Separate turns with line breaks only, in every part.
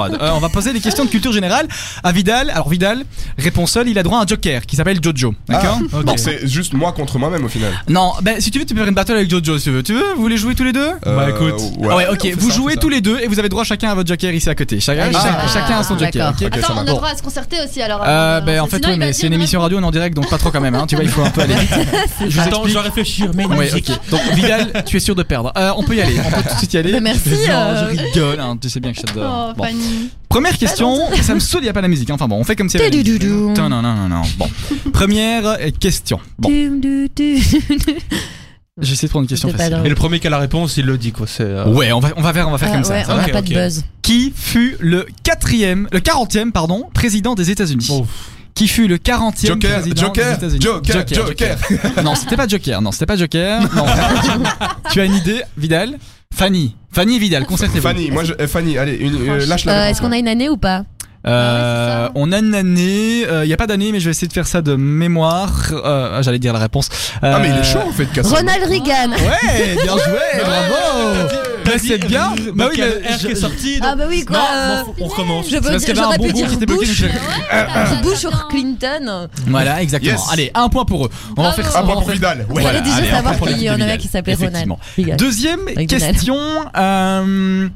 Euh, on va poser des questions de culture générale à Vidal. Alors Vidal répond seul, il a droit à un joker qui s'appelle Jojo. D'accord
Ah,
Ok.
Donc c'est juste moi contre moi-même au final.
Non, ben si tu veux, tu peux faire une battle avec Jojo si tu veux. Tu veux Vous voulez jouer tous les deux
Euh,
Bah écoute.
ouais.
Ah
On fait
ok.
ça,
Vous
on fait
jouez
ça.
tous les deux et vous avez droit chacun à votre joker ici à côté. Chacun,
Ah,
chac- chacun a son joker.
d'accord.
ok
Ok, ça
Attends, on
marche.
a le droit à se concerter aussi alors.
Euh,
avant de-
ben en
parce que
fait,
sinon,
ouais,
il va
mais
hein. dire,
c'est une
Ah, non,
émission radio, on est en direct donc pas trop quand même. hein. Tu vois, il faut un peu aller vite. Je vous
Attends, je
explique.
dois réfléchir, mais
Ouais, ok. Donc Vidal, tu es sûr de perdre. Euh, on peut y aller. On peut tout de suite y aller.
Bah, merci,
Non,
euh.
Je rigole. hein, Tu sais bien que je
Oh,
t'adore. Bon.
Fanny.
Première question,
Bah,
ça me saoule, il n'y a pas la musique. hein. Enfin bon, on fait comme si. il y avait la musique.
Tudududu.
Non, non, non, non, non. Bon. Première euh, question. Bon,
Dum, du, du.
j'essaie de prendre une question
C'était pas
facile.
drôle.
Et le premier qui a la réponse, il le dit quoi. C'est. euh,
Ouais, on va, on va faire, on va faire
Ah,
comme
ouais,
ça. ça
on
va
n'a
Ok,
pas
ok.
de buzz.
Qui fut le quatrième, le quarantième, pardon, président des États-Unis
Ouf.
Qui fut le quarantième
Oh. Joker,
président des
Joker,
États-Unis
Joker, Joker.
Non, c'était pas Joker. Non, c'était pas Joker. Non. tu as une idée, Vidal Fanny, Fanny et Vidal, concentrez-vous.
Fanny, moi je, euh, Fanny, allez, une, euh, lâche la.
Euh, Est-ce qu'on a une année ou pas
Euh,
Ouais, c'est ça.
on a une année, il n'y a pas d'année, mais je vais essayer de faire ça de mémoire. Euh, ah, J'allais dire la réponse.
Ah mais il
Euh,
est chaud en fait, Cassandre.
Ronald
Ah,
Reagan
Ouais, bien joué,
Oh.
bravo. Mais c'est bien. Bah oui, mais
R qui est
je-
sorti.
Ah bah oui, quoi, euh,
Non, bon, on recommence.
Je veux
parce qu'il
dire,
y avait un
j'aurais
bon
pu
goût qui
dire
était bloqué.
Bush,
je-
Ah,
Bush ou Clinton.
Voilà, exactement.
Yes.
Allez, un point pour eux. On va
Bravo.
faire ça.
Ah,
on va
pas pour
faire-
Vidal. Ouais.
Voilà,
Fallait déjà
allez, un
savoir
point pour
qu'il y en
l'équipe de
avait
Vidal.
qui s'appelait Ronald
Effectivement.
Reagan.
Deuxième
Avec Donald.
question. euh,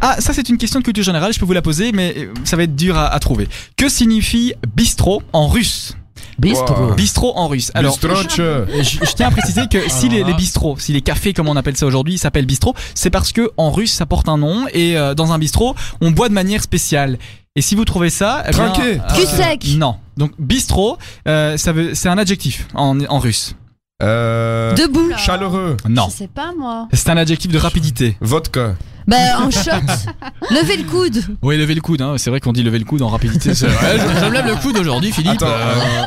Ah, ça c'est une question de culture générale, je peux vous la poser, mais euh, ça va être dur à, à trouver. Que signifie bistrot en russe
Wow.
Bistrot en russe. Alors,
Bistroche.
Euh, je, je tiens à préciser que si les,
Alors là.
les bistrots, si les cafés comme on appelle ça aujourd'hui, s'appellent bistrot, c'est parce que en russe ça porte un nom et euh, dans un bistrot on boit de manière spéciale. Et si vous trouvez ça, eh bien,
Trinqué.
euh,
Cul sec.
Non. Donc bistrot, euh, ça veut, c'est un adjectif en, en russe.
Euh,
Debout.
Chaleureux.
Non.
Je sais pas moi.
C'est un adjectif de rapidité.
Vodka.
Bah, en shot. Levez le coude.
Oui, lever le coude. Hein. C'est vrai qu'on dit lever le coude en rapidité. c'est vrai. je, je me lève le coude aujourd'hui, Philippe.
Attends, euh,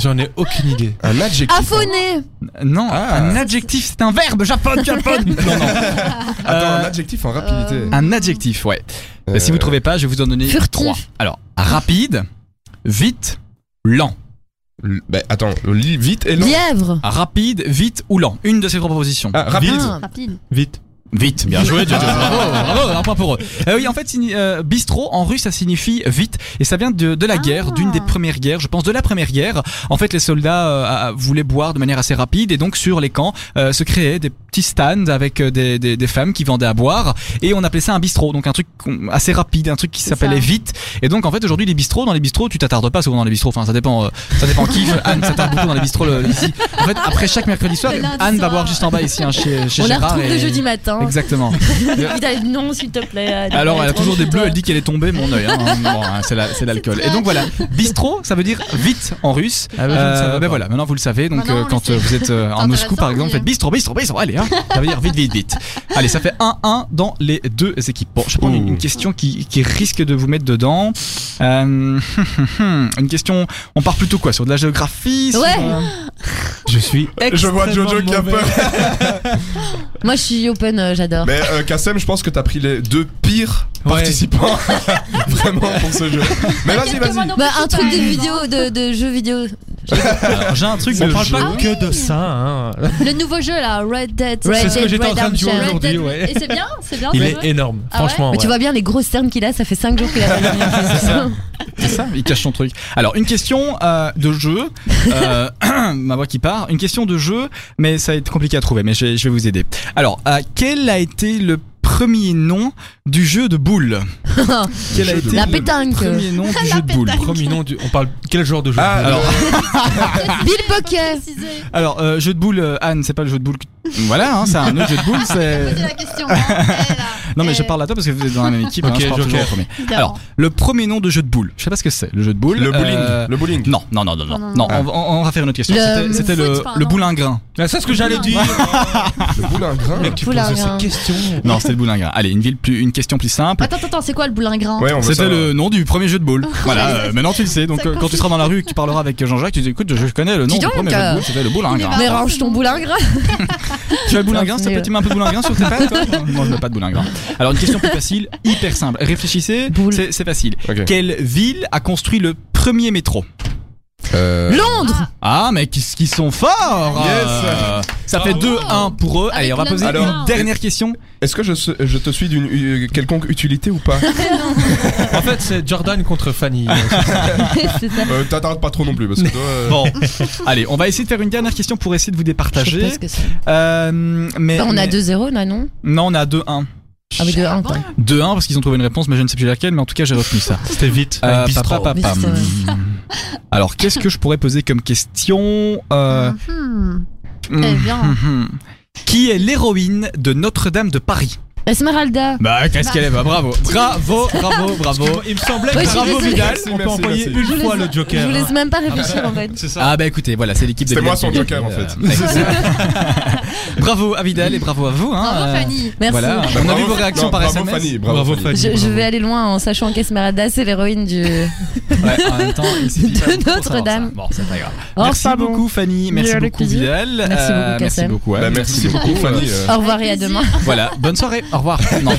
J'en ai aucune idée.
un adjectif.
Affonner.
Euh, Non,
Ah.
un adjectif, c'est un verbe. Japon, Japon. non, non.
Attends,
euh,
un adjectif en rapidité.
Un adjectif, ouais.
Euh,
Si vous trouvez pas, je vais vous en donner
Furtif.
trois. Alors, rapide, vite, lent.
l- Bah, attends, lis vite et long.
Lièvre.
Rapide, vite ou lent. Une de ces trois propositions.
Ah, rapide.
Ah.
Rapide.
Vite.
Vite, bien joué, Jojo. Bravo, bravo, un point pour eux. Euh, oui, en fait, signi- euh, bistrot en russe, ça signifie vite, et ça vient de,
Ah.
de la guerre, d'une des premières guerres, je pense de la première guerre. En fait, les soldats euh, a- voulaient boire de manière assez rapide, et donc sur les camps euh, se créaient des petits stands avec euh, des, des, des femmes qui vendaient à boire, et on appelait ça un bistrot, donc un truc qu'on- assez rapide, un truc qui s'appelait
ça.
vite. Et donc, en fait, aujourd'hui, les bistrots, dans les bistrots, tu t'attardes pas souvent dans les bistrots, enfin, ça dépend, euh, ça dépend qui. Anne s'attarde beaucoup dans les bistrots le- ici. En fait, après chaque mercredi soir,
Le lundi
Anne va
soir.
boire juste en bas ici, hein, chez, chez
On la
Gérard.
retrouve le
et-
jeudi
Oh.
matin.
Exactement.
Il a dit non, s'il te plaît.
euh,
Alors, elle a toujours des bleus, elle dit
dit
qu'elle est tombée, mon œil. hein. Bon, hein, c'est la- c'est l'alcool. Et donc voilà, bistrot, ça veut dire vite en russe.
Ah bah, je ne
Euh,
savais pas.
ben voilà, maintenant vous le savez. Donc
Maintenant,
euh,
on
quand
le
euh,
sait.
vous êtes euh, en
C'est
Moscou par
intéressant,
exemple,
dis
faites bistrot, bistrot, bistrot. Allez, hein, ça veut dire vite, vite, vite. Allez, ça fait 1-1 dans les deux équipes. Bon, je prends une,
Ouh.
une question qui, qui risque de vous mettre dedans. Euh, une question, on part plutôt quoi Sur de la géographie sur-
Ouais.
Je suis.
Euh, Je vois Jojo qui a
extrêmement
peur.
mauvais.
Moi, je suis open, euh, j'adore.
Mais euh, Kassem, je pense que t'as pris les deux pires
Ouais.
participants vraiment pour ce jeu. Mais vas-y,
Euh,
vas-y.
Bah, un truc
hein.
de vidéo, de, de jeu vidéo.
Alors, J'ai un truc,
On
on parle
parle
pas
Ah,
pas que de ça. hein.
Ah,
Le nouveau jeu là, Red Dead.
Red
C'est ce que
Dead
j'étais en train de jouer
Redemption.
Red
aujourd'hui,
Dead.
ouais.
Et c'est bien, c'est bien.
Il
ce
est
jeu.
énorme,
Ah ouais
franchement.
Mais tu
ouais.
vois bien les grosses cernes qu'il a, ça fait 5 jours qu'il a pas gagné.
C'est ça, il cache son truc. Alors, une question euh, de jeu. Euh, ma voix qui part. Une question de jeu, mais ça va être compliqué à trouver, mais je vais, je vais vous aider. Alors, euh, quel a été le premier nom du jeu de boules Quel a
Jeu de
été
La
le
pétanque.
premier nom du
La
jeu de boules
Premier nom du. On parle. Quel genre de jeu
Ah, alors,
Bill
Pas
Pocket.
précisé.
Alors, euh, jeu de boules, euh, Anne, c'est pas le jeu de boules. que- Voilà, hein, c'est un autre jeu de boules.
Posez
c'est-
la question. hein. Eh, là.
Non, mais
Eh,
je parle à toi parce que vous êtes dans la même équipe.
Ok,
hein, je parle toujours
Joker.
au premier.
évidemment.
Alors, le premier nom de jeu de boules. Je sais pas ce que c'est, le jeu de boules.
le bowling.
Euh,
Le bowling.
Non, non, non, non, non.
Non,
non
non,
Ah.
on, va- on va faire une autre question.
Ah,
C'était-
Le- le
C'était le,
foot,
le,
pardon.
boulingrin.
Ah, c'est ce que j'allais dire.
Le boulingrin.
Mec, tu poses
Oula,
ces
rien.
questions.
Non, c'était le boulingrin. Allez, une, ville plus, une question plus simple.
Attends, attends, c'est quoi le boulingrin
Ouais, Ah, on veut
C'était
savoir.
le nom du premier jeu de boule. Voilà, euh, maintenant tu le sais. Donc
Ça
euh, quand tu seras dans la rue et que tu parleras avec Jean-Jacques, tu dis écoute, je connais le nom
Dis
du
donc,
premier jeu de
euh,
boule, c'était le boulingrin.
il est
Mais
Ah,
range ton
c'est bon.
boulingrin.
Tu as le boulingrin, s'il te plaît, tu mets un peu de boulingrin sur tes pattes hein. toi Non, je mets pas de boulingrin. Alors une question plus facile, hyper simple. Réfléchissez,
Boule.
c'est c'est facile.
Ok.
Quelle ville a construit le premier métro
Euh,
Londres
Ah, mais qu'est-ce qu'ils sont forts
Yes.
euh, Ça fait
Oh.
2-1 pour eux.
Avec
Allez, on va
la
poser
main.
une dernière question.
Est-ce que je, se- je te suis d'une euh, quelconque utilité ou pas
En fait, c'est Jordan contre Fanny.
C'est ça.
euh, T'attardes pas trop non plus parce que toi. euh,
Bon, allez, on va essayer de faire une dernière question pour essayer de vous
Je sais
départager.
pas ce que c'est.
Euh, mais,
Bah, on a
mais-
2-0, là, non
Non, on a 2-1.
Ah, mais 2-1, quoi.
2-1 parce qu'ils ont trouvé une réponse, mais je ne sais plus laquelle, mais en tout cas, j'ai retenu ça.
C'était vite.
Euh,
Avec bistrot.
papa, papa.
Bistrot, ouais.
Mmh. Alors, qu'est-ce que je pourrais poser comme question Euh,
Mhm.
mmh,
bien.
mmh. Qui est l'héroïne de Notre-Dame de Paris
Esmeralda
Bah, qu'est-ce qu'elle est bah, Bravo, bravo, bravo, bravo.
Excuse-moi, Il me semblait
Ouais, je
que
suis
bravo
désolée.
Vidal,
Merci,
on peut
merci,
employer
merci.
une
Je vous
fois
laisse-
le Joker.
Je vous
hein.
laisse même pas réfléchir, en fait.
C'est ça.
Ah bah écoutez, voilà, c'est l'équipe de
C'était moi
Vidal
son
qui-
joker, en
euh,
fait.
ouais, c'est ça. bravo à Vidal et bravo à vous. hein.
Bravo, Fanny.
Merci.
Voilà,
bah,
on a
bravo-
vu vos réactions
non,
par
bravo
SMS.
Fanny, bravo,
Bravo,
Fanny.
Fanny.
Je, je
bravo.
vais aller loin en sachant qu'Esmeralda, c'est l'héroïne du.
Ouais, en même temps, il suffit
De
pas pour savoir
Notre-Dame.
ça. Bon, c'est pas grave.
Oh,
merci
pardon.
beaucoup Fanny, merci
Viens avec
beaucoup
plaisir.
Vidal,
Merci beaucoup,
merci
Kassem.
beaucoup. ouais,
Bah, merci beaucoup Fanny. euh.
Au revoir et à
Avec plaisir.
demain.
Voilà, bonne soirée, au revoir. Non.